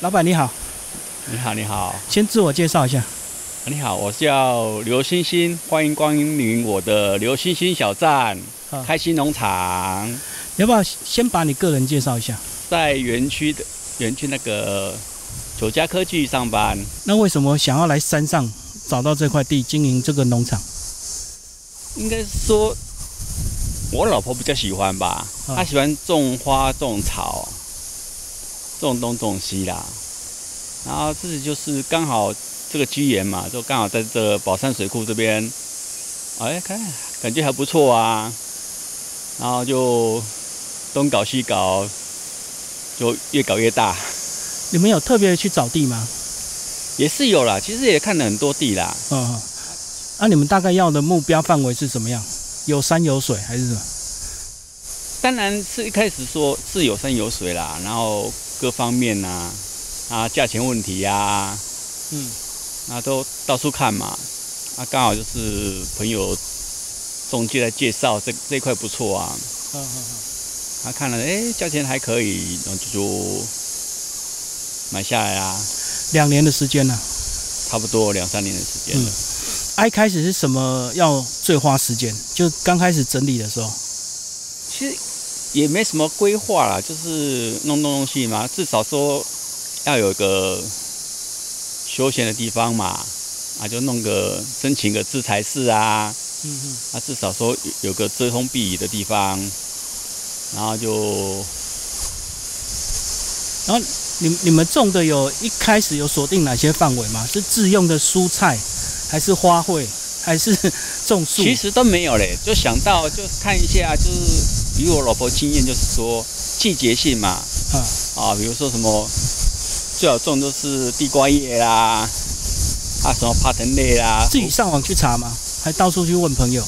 老板你好，你好，你好，先自我介绍一下。你好，我叫刘星星，欢迎光临我的刘星星小站好，开心农场，要不要先把你个人介绍一下？在园区的园区那个九家科技上班。那为什么想要来山上找到这块地经营这个农场？应该说，我老婆比较喜欢吧，嗯她喜欢种花、种草、种东种西啦。然后自己就是刚好这个机缘嘛，就刚好在这宝山水库这边，哎，看感觉还不错啊。然后就东搞西搞，就越搞越大，你们有特别去找地吗？也是有啦。其实也看了很多地啦，嗯，嗯那、你们大概要的目标范围是什么样？有山有水还是什么？当然是一开始说是有山有水啦，然后各方面呐、啊，价钱问题呀、啊，嗯，啊都到处看嘛，啊刚好就是朋友中介来介绍这这一块不错啊，嗯嗯嗯。他、看了哎价钱还可以，然后就就买下来啊，两年的时间呢、差不多两三年的时间了。嗯啊，一开始是什么要最花时间？就刚开始整理的时候。其实也没什么规划啦，就是弄弄东西嘛，至少说要有个休闲的地方嘛，啊，就弄个申请个制裁室啊，嗯嗯。啊，至少说有有个遮风避雨的地方，然后就你你们种的有一开始有锁定哪些范围吗？是自用的蔬菜，还是花卉，还是种树？其实都没有嘞，就想到就看一下，就是以我老婆经验，就是说季节性嘛，啊，啊，比如说什么最好种就是地瓜叶啦，啊，什么爬藤类啦，自己上网去查吗？还到处去问朋友？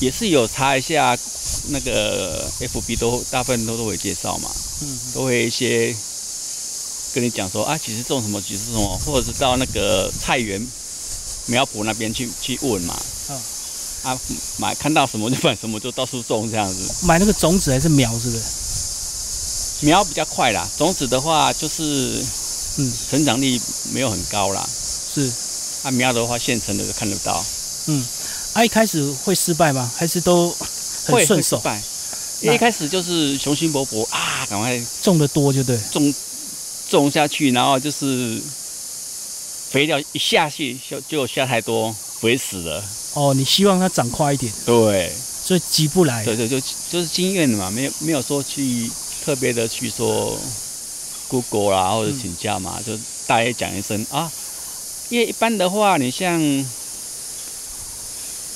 也是有查一下那个 FB 都大部分都都会介绍嘛，嗯，都会一些跟你讲说啊，其实种什么，其实种什么，或者是到那个菜园苗圃那边去去问嘛。嗯啊，买看到什么就买什么，就到处种这样子。买那个种子还是苗，是不是？苗比较快啦，种子的话就是，嗯，成长率没有很高啦。是。啊，苗的话现成的就看得到，啊，一开始会失败吗？还是都很会顺会失手，败。那一开始就是雄心勃勃啊，赶快种的多就对。种种下去，然后就是肥料一下去就就下太多，肥死了。哦，你希望它长快一点，对，所以急不来。对对，就就是经验嘛，没有没有说去特别的去说 Google 啦嗯或者请教嘛，就大概讲一声啊。因为一般的话，你像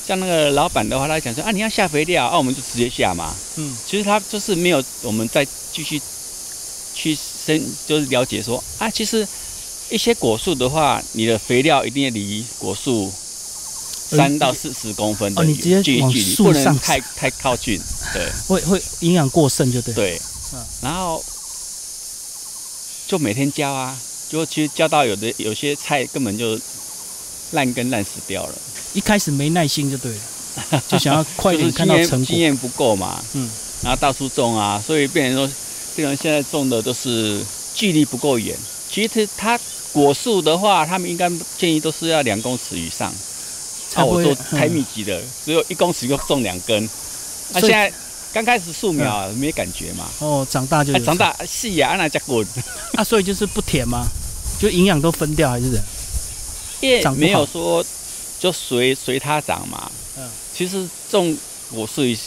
像那个老板的话，他讲说啊，你要下肥料，啊，我们就直接下嘛。嗯，其实他就是没有我们再继续去深，就是了解说啊，其实一些果树的话，你的肥料一定要离果树呃三到四十公分的哦你距直接距往距离，树不能上太太靠近。对会会营养过剩就对。对嗯，然后就每天浇啊，就其实浇到有的有些菜根本就烂根烂死掉了， 一开始没耐心就对了，就想要快 就是点看经到验成经果。验不够嘛。嗯，然后到处种啊，所以变成说，变成现在种的都是距离不够远。其实它果树的话，他们应该建议都是要两公尺以上。才啊，不我会都嗯太密集了，只有一公尺就种两根。啊，所以嗯现在刚开始树苗啊，没感觉嘛。哦，长大就啊有，长大是呀，那家滚，啊，所以就是不甜吗？就营养都分掉还是怎样？也长不好没有说就随随它长嘛。嗯其实种果树也是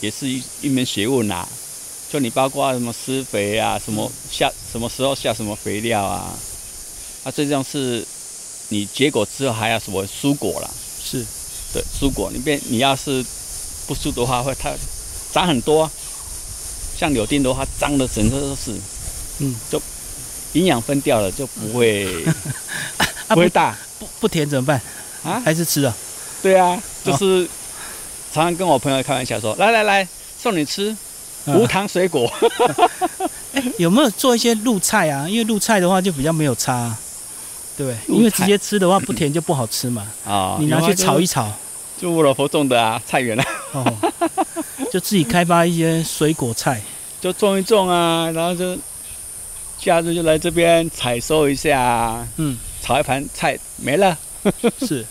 也是一一门学问啊，就你包括什么施肥啊，什么嗯下什么时候下什么肥料啊，啊，最重要是你结果之后还要什么蔬果啦，是，对，蔬果你变你要是不蔬的话，会它长很多啊，像柳丁的话，长的整个都是，嗯，就营养分掉了就不会、 啊不不会大不不甜怎么办？啊，还是吃啊？对啊，就是常常跟我朋友开玩笑说，来来来，送你吃无糖水果。有没有做一些露菜啊？因为露菜的话就比较没有差、啊，对不对？露菜因为直接吃的话不甜就不好吃嘛，啊你拿去炒一，炒，就我老婆种的啊，菜园 啊，哦， 就自己开发一些水果菜。就种一种啊，然后就假日就来这边采收一下，啊嗯，炒一盘菜没了。是，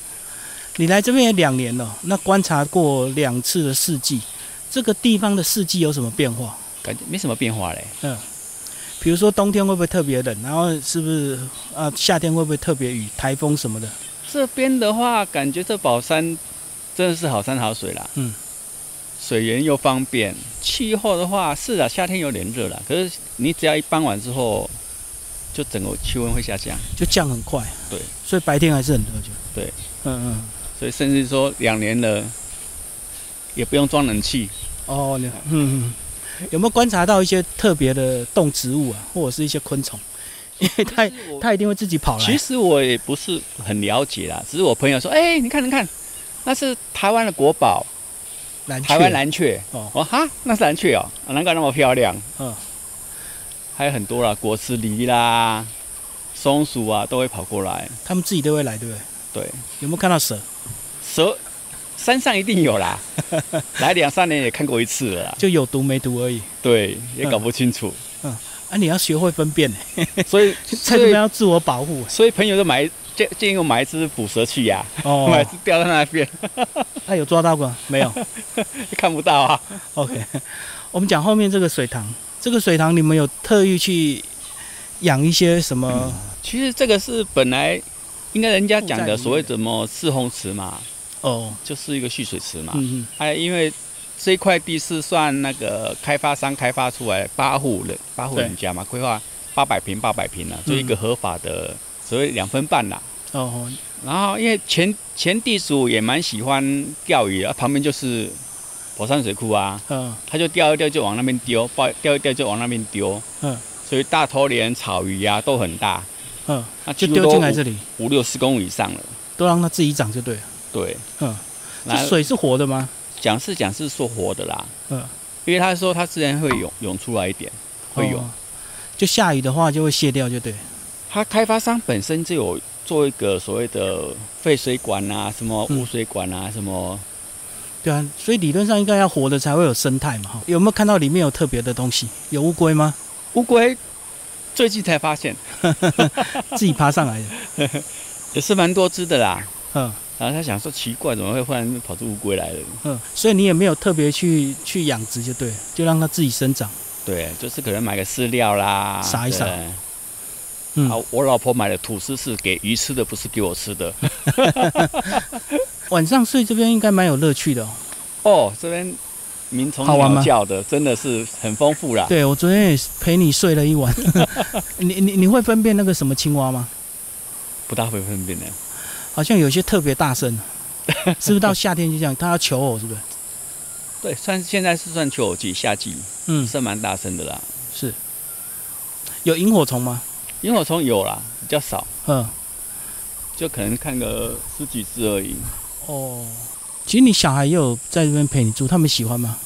你来这边也两年了，那观察过两次的四季，这个地方的四季有什么变化？感觉没什么变化嘞。比如说冬天会不会特别冷？然后是不是啊？夏天会不会特别雨、台风什么的？这边的话，感觉这宝山真的是好山好水啦。嗯，水源又方便，气候的话是啊，夏天有点热啦，可是你只要一傍晚之后，就整个气温会下降，就降很快。对，所以白天还是很热，就对，嗯嗯，所以甚至说两年了，也不用装冷气。哦，了嗯，嗯有没有观察到一些特别的动植物啊，或者是一些昆虫？ 因为它它一定会自己跑来。其实我也不是很了解啦，只是我朋友说，哎、你看你看，那是台湾的国宝，蓝台湾来蓝雀。哦，哦哈，那是蓝雀哦，啊难怪那么漂亮。嗯，还有很多啦，果实梨啦、松鼠啊，都会跑过来。它们自己都会来，对不对？对，有没有看到蛇？蛇山上一定有 啦，来两三年也看过一次了啦。就有毒没毒而已。对，也搞不清楚，啊，你要学会分辨，所 以在这所边以要自我保 护。啊所以朋友就买建建议我买一只捕蛇去呀、买一哦，只钓到那边 他有抓到过没有看不到啊。 ？OK，我们讲后面这个水塘，这个水塘你们有特意去养一些什么？其实这个是本来应该人家讲住在里的面所谓怎么四红池嘛，哦，就是一个蓄水池嘛。嗯嗯，哎，因为这块地是算那个开发商开发出来八户人八户对嗯人家嘛，规划八百平八百平了，就一个合法的、所谓两分半啦。哦，然后因为前前地主也蛮喜欢钓鱼啊，旁边就是火山水库啊，嗯他就钓一钓就往那边丢，抱钓一钓就往那边丢，嗯，所以大头鲢、草鱼啊都很大，嗯，那就几乎丢都进来这里，五五六十公以上了，都让它自己长就对了。对，嗯，来这水是活的吗？讲是讲是说活的啦，嗯，因为他说他自然会涌涌出来一点，会涌。哦就下雨的话就会卸掉，就对。它开发商本身就有做一个所谓的废水管啊，什么嗯污水管啊，什么对啊，所以理论上应该要活的才会有生态嘛。哈，有没有看到里面有特别的东西？有乌龟吗？乌龟，最近才发现自己爬上来的。也是蛮多只的啦。嗯然后他想说奇怪，怎么会忽然跑出乌龟来了？嗯，所以你也没有特别去去养殖，就对了，就让它自己生长。对，就是可能买个饲料啦，撒一撒对嗯啊，我老婆买的吐司是给鱼吃的，不是给我吃的。晚上睡这边应该蛮有乐趣的、哦。哦，这边鸣虫好玩吗鸟叫的，真的是很丰富啦。对我昨天也陪你睡了一晚。你你你会分辨那个什么青蛙吗？不大会分辨的，好像有些特别大声，是不是到夏天就这样？它要求偶是不是？对，算现在是算秋偶季，夏季嗯，是蛮大声的啦。有萤火虫吗？萤火虫有啦，比较少。嗯，就可能看个十几只而已。哦，其实你小孩也有在这边陪你住，他们喜欢吗？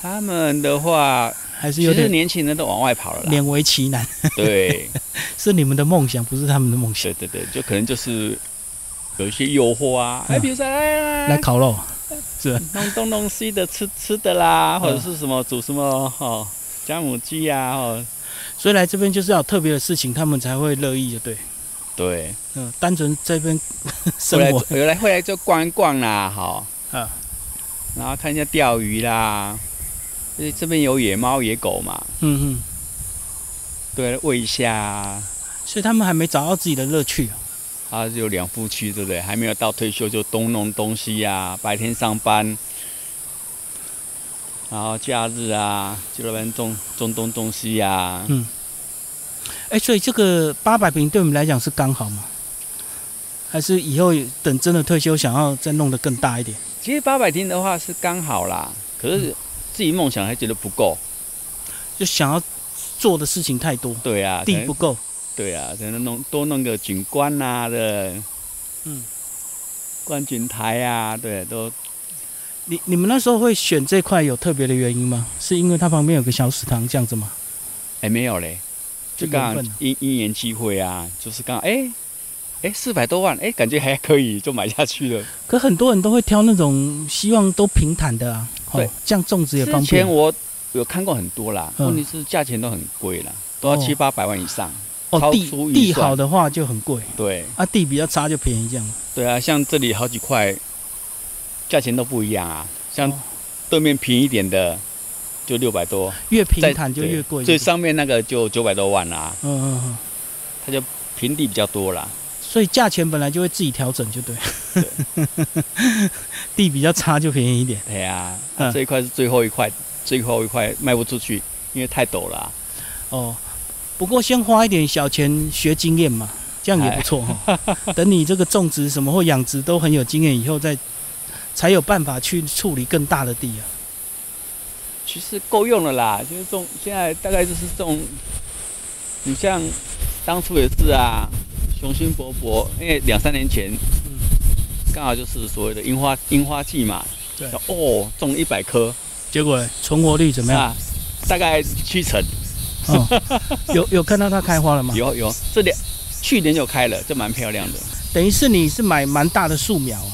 他们的话，还是其有实点年轻人都往外跑了啦。勉为其难， 对，是你们的梦想，不是他们的梦想。对对对，就可能就是有一些诱惑啊，哎，嗯比如说来来来来烤肉，弄东弄西的吃吃的啦，嗯或者是什么煮什么哦，姜母鸡啊，哦，所以来这边就是要有特别的事情，他们才会乐意，就对。对，嗯，单纯这边 回生来活，回来回来就逛一逛啦，哈，嗯然后看一下钓鱼啦，因为这边有野猫野狗嘛，嗯嗯，对，喂一下啊，所以他们还没找到自己的乐趣啊。啊，有两夫妻，对不对？还没有到退休就东弄东西呀、白天上班，然后假日啊，就那边种种东种西啊呀、嗯哎，所以这个八百平对我们来讲是刚好吗？还是以后等真的退休，想要再弄得更大一点？其实八百天的话是刚好啦，可是自己梦想还觉得不够。就想要做的事情太多，对啊，可地能不够。对啊，可能弄多弄个景观啊的，嗯，观景台啊，对，都你你们那时候会选这块有特别的原因吗？是因为它旁边有个小食堂这样子吗？哎没有嘞，就就刚缘好分啊因因缘际会啊，就是刚好哎哎四百多万，哎感觉还可以，就买下去了。可很多人都会挑那种希望都平坦的啊，哦对，这样种植也方之前便。我有看过很多啦，嗯问题是价钱都很贵啦。都要哦七八百万以上。哦，超地出预地算好的话就很贵，对啊，地比较差就便宜这样。对啊，像这里好几块，价钱都不一样啊。像哦对面平一点的就六百多，越平在坦就对越贵。最上面那个就九百多万啦、嗯嗯嗯，它就平地比较多啦。所以价钱本来就会自己调整，就 对。地比较差就便宜一点。对啊，嗯这一块是最后一块，最后一块卖不出去，因为太陡了啊、哦，不过先花一点小钱学经验嘛，这样也不错哈、哎 等你这个种植什么或养殖都很有经验以后再，才有办法去处理更大的地啊。其实够用了啦，就是种现在大概就是种，你像当初也是啊，雄心勃勃，因为两三年前嗯，刚好就是所谓的樱花樱花季嘛，对哦，种一百棵，结果嘞存活率怎么样？啊，大概七成，哦， 有有看到它开花了吗？有有，这两去年就开了，这蛮漂亮的，等于是你是买蛮大的树苗啊，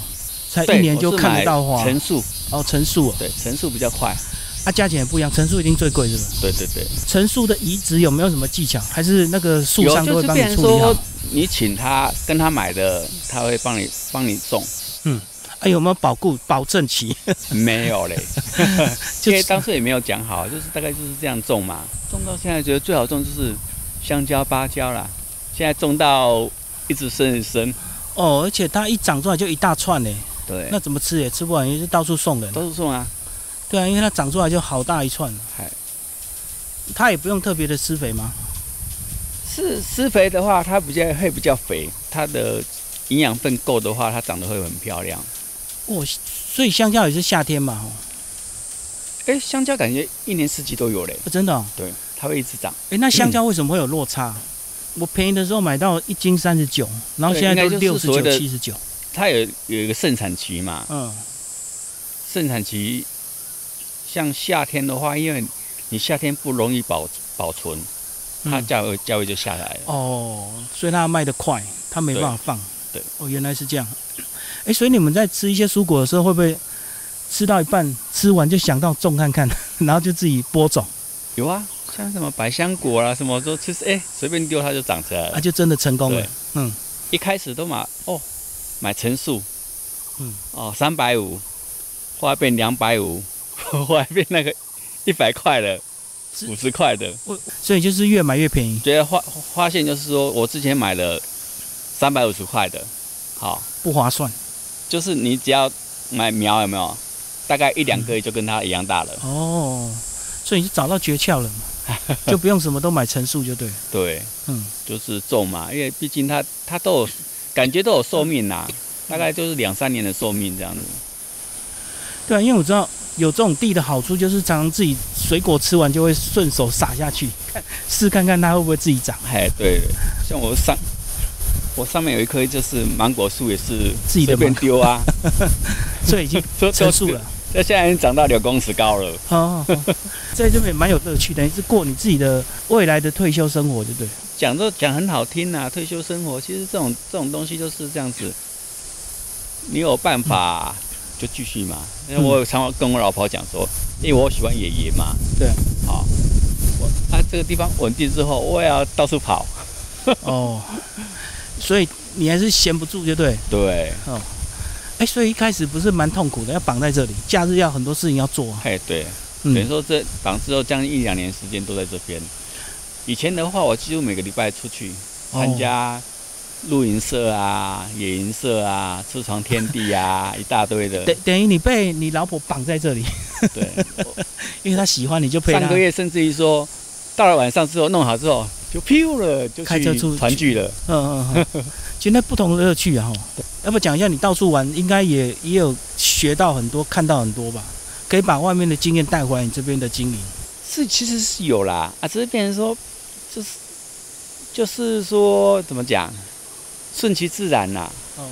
才对一年就我是看得买到花成树，哦，成树哦，对，成树比较快，啊，价钱也不一样，成树一定最贵是吧？对对对，成树的移植有没有什么技巧？还是那个树有上都就会是帮你变成处理好说？你请他跟他买的，他会帮你帮你种，哎，有没有保固保证期？没有嘞。 就因为是当初也没有讲好，就是大概就是这样种嘛，种到现在觉得最好种就是香蕉、芭蕉啦。现在种到一直生一直生，哦，而且它一长出来就一大串呢，对，那怎么吃也吃不完，也是到处送人。都是种啊，对啊，因为它长出来就好大一串嗨，它也不用特别的施肥吗？是施肥的话，它比较会比较肥，它的营养分够的话，它长得会很漂亮。哦，所以香蕉也是夏天嘛，哦，哎，香蕉感觉一年四季都有嘞，真的、哦。对，它会一直长。哎，那香蕉为什么会有落差？我便宜的时候买到一斤三十九，然后现在都对应六该就十是所谓九、的七十九。它有有一个盛产期嘛，嗯，盛产期像夏天的话，因为你夏天不容易保保存，它嗯价位价位就下来了。哦，所以它卖得快，它没对办法放。对，哦，原来是这样。哎，所以你们在吃一些蔬果的时候，会不会吃到一半，吃完就想到种看 看，然后就自己播种，有啊，像什么百香果啦、什么都其实哎，随便丢它就长出来了。啊，就真的成功了对。一开始都买哦，买成树，嗯，哦，三百五，后来变两百五， 后来变那个一百块的，是五十块的。所以就是越买越便宜，觉得发发现就是说我之前买了三百五十块的，好，不划算。就是你只要买苗有没有？大概一两个月就跟它一样大了。哦，所以你就找到诀窍了嘛， 就不用什么都买成数就对了。对，嗯，就是种嘛，因为毕竟它它都有感觉都有寿命呐、大概就是两三年的寿命这样子。对啊，因为我知道有这种地的好处，就是常常自己水果吃完就会顺手撒下去，看试看看它会不会自己长，哎，对，像我上我上面有一棵就是芒果树，也是自己的随便丢啊，所以已 经都 成熟了。。那现在已经长到两公尺高了。哦， 哦哦在这边也蛮有乐趣，等于是过你自己的未来的退休生活， 就对了。讲都讲很好听呐、退休生活其实这种这种东西就是这样子，你有办法嗯就继续嘛。因为我有常常跟我老婆讲说，因为我喜欢野营嘛，对，好，我啊这个地方稳定之后，我也要到处跑，哦，所以你还是闲不住，就对了。对，哎，所以一开始不是蛮痛苦的，要绑在这里，假日要很多事情要做啊。哎对，嗯等于说这绑之后将近一两年时间都在这边。以前的话，我几乎每个礼拜出去哦参加露营社啊、野营社啊、吃床天 地啊，一大堆的。等等于你被你老婆绑在这里，对，因为她喜欢你就陪她上个月甚至于说，到了晚上之后弄好之后就 P 了，就开车去出团聚了。嗯嗯嗯，其实那不同的乐趣啊，哈。要不讲一下你到处玩，应该也也有学到很多，看到很多吧？可以把外面的经验带回来你这边的经营。是其实是有啦，啊，只是变成说，就是就是说怎么讲，顺其自然啦、哦，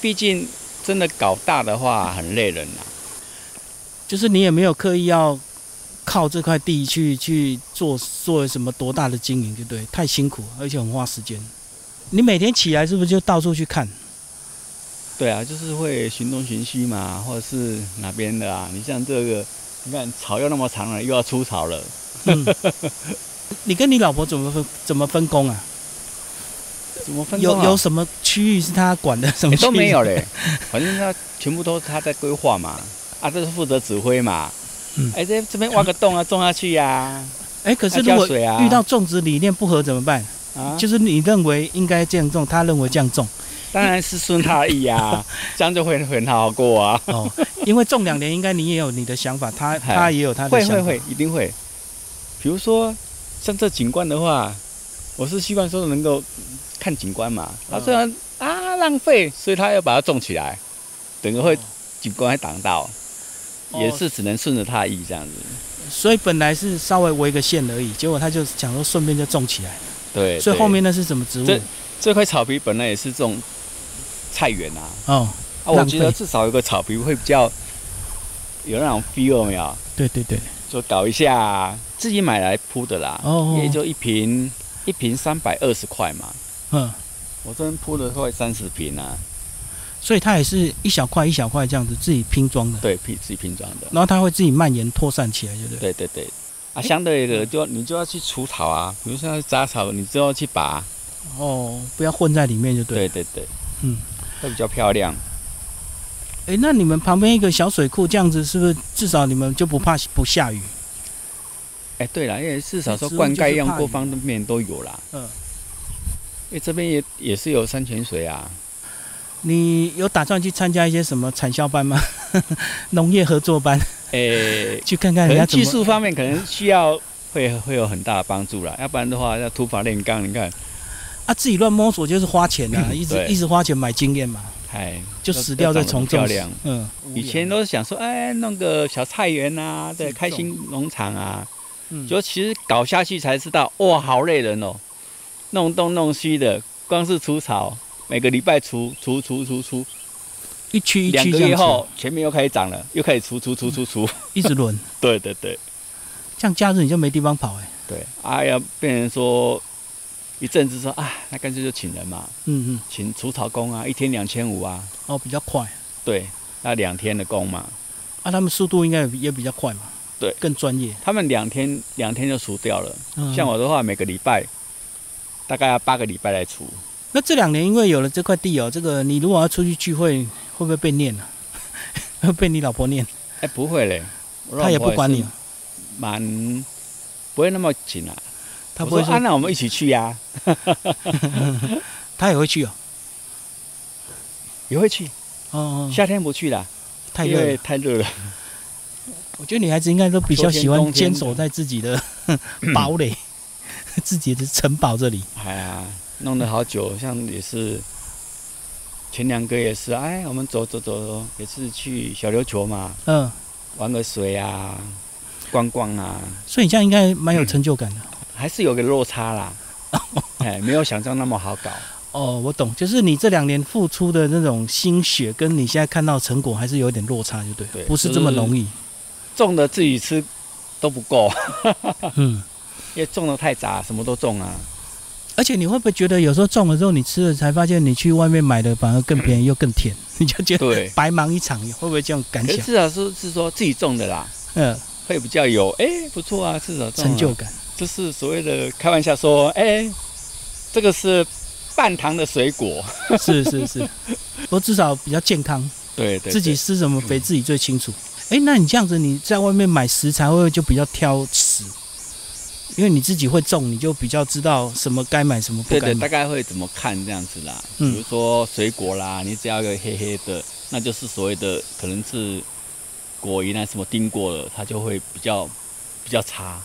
毕竟真的搞大的话很累人呐、就是你也没有刻意要靠这块地去去做做什么多大的经营，对不对？太辛苦，而且很花时间。你每天起来是不是就到处去看？对啊，就是会寻东寻西嘛，或者是哪边的啊？你像这个，你看草又那么长了，又要除草了，嗯，你跟你老婆怎么分怎么分工啊？怎么分工有啊、有什么区域是她管的？什么 也区域都没有嘞，反正他全部都是他在规划嘛，啊，这是负责指挥嘛嗯。哎、这这边挖个洞啊，种下去呀、啊，哎、可是要如浇果水啊遇到种植理念不合怎么办？就是你认为应该这样种，他认为这样种当然是顺他的意 啊，这样就会很好过啊。哦，因为种两年应该你也有你的想法， 他哎他也有他的会想法。会会，一定会。比如说像这景观的话，我是希望说能够看景观嘛。啊，嗯虽然啊浪费，所以他要把它种起来，整个会哦景观会挡到，哦也是只能顺着他的意这样子。所以本来是稍微围个线而已，结果他就想说顺便就种起来，哎对，所以对后面那是什么植物这？这块草皮本来也是这种菜园啊，哦，啊，我浪觉得费至少有个草皮会比较有那种 feel 有没有？对对对，就搞一下，自己买来铺的啦，哦也就一瓶一瓶三百二十块嘛。嗯，我这边铺了快三十瓶啊，所以他也是一小块一小块这样子自己拼装的，对，拼自己拼装的。然后它会自己蔓延扩散起来，对不对？对对对，啊，相对的就你就要去除草啊，比如说要杂草，你就要去拔。哦，不要混在里面就对。对对对，嗯，会比较漂亮。哎、那你们旁边一个小水库这样子，是不是至少你们就不怕不下雨？哎，对了，因为至少说植物灌就是溉用怕各雨方面都有啦。嗯，因为这边也也是有山泉水啊。你有打算去参加一些什么产销班吗？农业合作班， 哎，去看看可人家能怎技么。术方面可能需要会会有很大的帮助啦，要不然的话要土法炼钢，你看，啊，自己乱摸索就是花钱啊，一直对一直花钱买经验嘛，哎，就要死掉再要长重得漂种亮。嗯，以前都是想说，哎，弄个小菜园啊，对，自己开心农场啊，嗯就其实搞下去才知道，哇，好累人哦，弄东弄西的，光是除草，每个礼拜除除除除除，一区一两区个这月样子，后前面又开始长了，又开始除除除除除，一直轮，对对对这样假日你就没地方跑哎、对，啊，要变成说一阵子说啊，那干脆就请人嘛，嗯嗯，请除草工啊，一天两千五啊，哦，比较快对，那两天的工嘛，啊，他们速度应该也比也比较快嘛，对更专业。他们两天两天就除掉了。嗯，像我的话，每个礼拜大概要八个礼拜来除。那这两年因为有了这块地哦，这个你如果要出去聚会，会不会被念啊？会被你老婆念，哎、不会嘞，我她也不管你啊，，蛮不会那么紧啊。她我不会说啊，说，那我们一起去呀、啊她也会去哦。也会去。哦哦，夏天不去啦，太因热为了。太热了。我觉得女孩子应该都比较喜秋欢天冬天坚守在自己 的堡垒、 自己的城堡这里。哎呀，弄了好久，像也是前两个也是，哎，我们走走走走，也是去小琉球嘛，嗯，玩个水啊，逛逛啊，所以你这样应该蛮有成就感的。还是有个落 差啦。哎，没有想象那么好搞。哦，我懂，就是你这两年付出的那种心血，跟你现在看到成果还是有点落差，就对，对不是这么容易。种的自己吃都不够， 嗯，因为种的太杂，什么都种啊。而且你会不会觉得有时候种了之后，你吃了才发现你去外面买的反而更便宜又更甜， 你就觉得对，白忙一场，会不会这种感可是想？至少是是说自己种的啦，嗯，会比较有哎、不错啊，至少种了成就感。就是所谓的开玩笑说，哎、这个是半糖的水果， 是是是， 不过至少比较健康。对对对嗯自己施什么肥自己最清楚。哎、那你这样子，你在外面买食材会不会就比较挑食？因为你自己会种，你就比较知道什么该买，什么不对该对，买大。概会怎么看这样子啦？嗯比如说水果啦，你只要有黑黑的，那就是所谓的可能是果蝇啊什么叮过了，它就会比较比较差。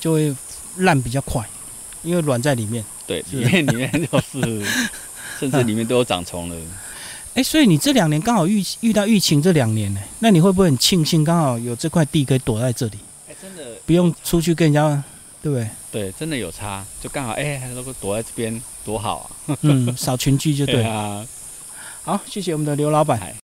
就会烂比较快，因为软在里面。对，是里面里面就是， 甚至里面都有长虫了。哎、所以你这两年刚好遇遇到疫情这两年呢、那你会不会很庆幸刚好有这块地可以躲在这里，哎、真的不用出去跟人家，对不对？对，真的有差，就刚好哎，如果躲在这边多好啊！ 嗯，少群聚就对了。啊，好，谢谢我们的刘老板。哎。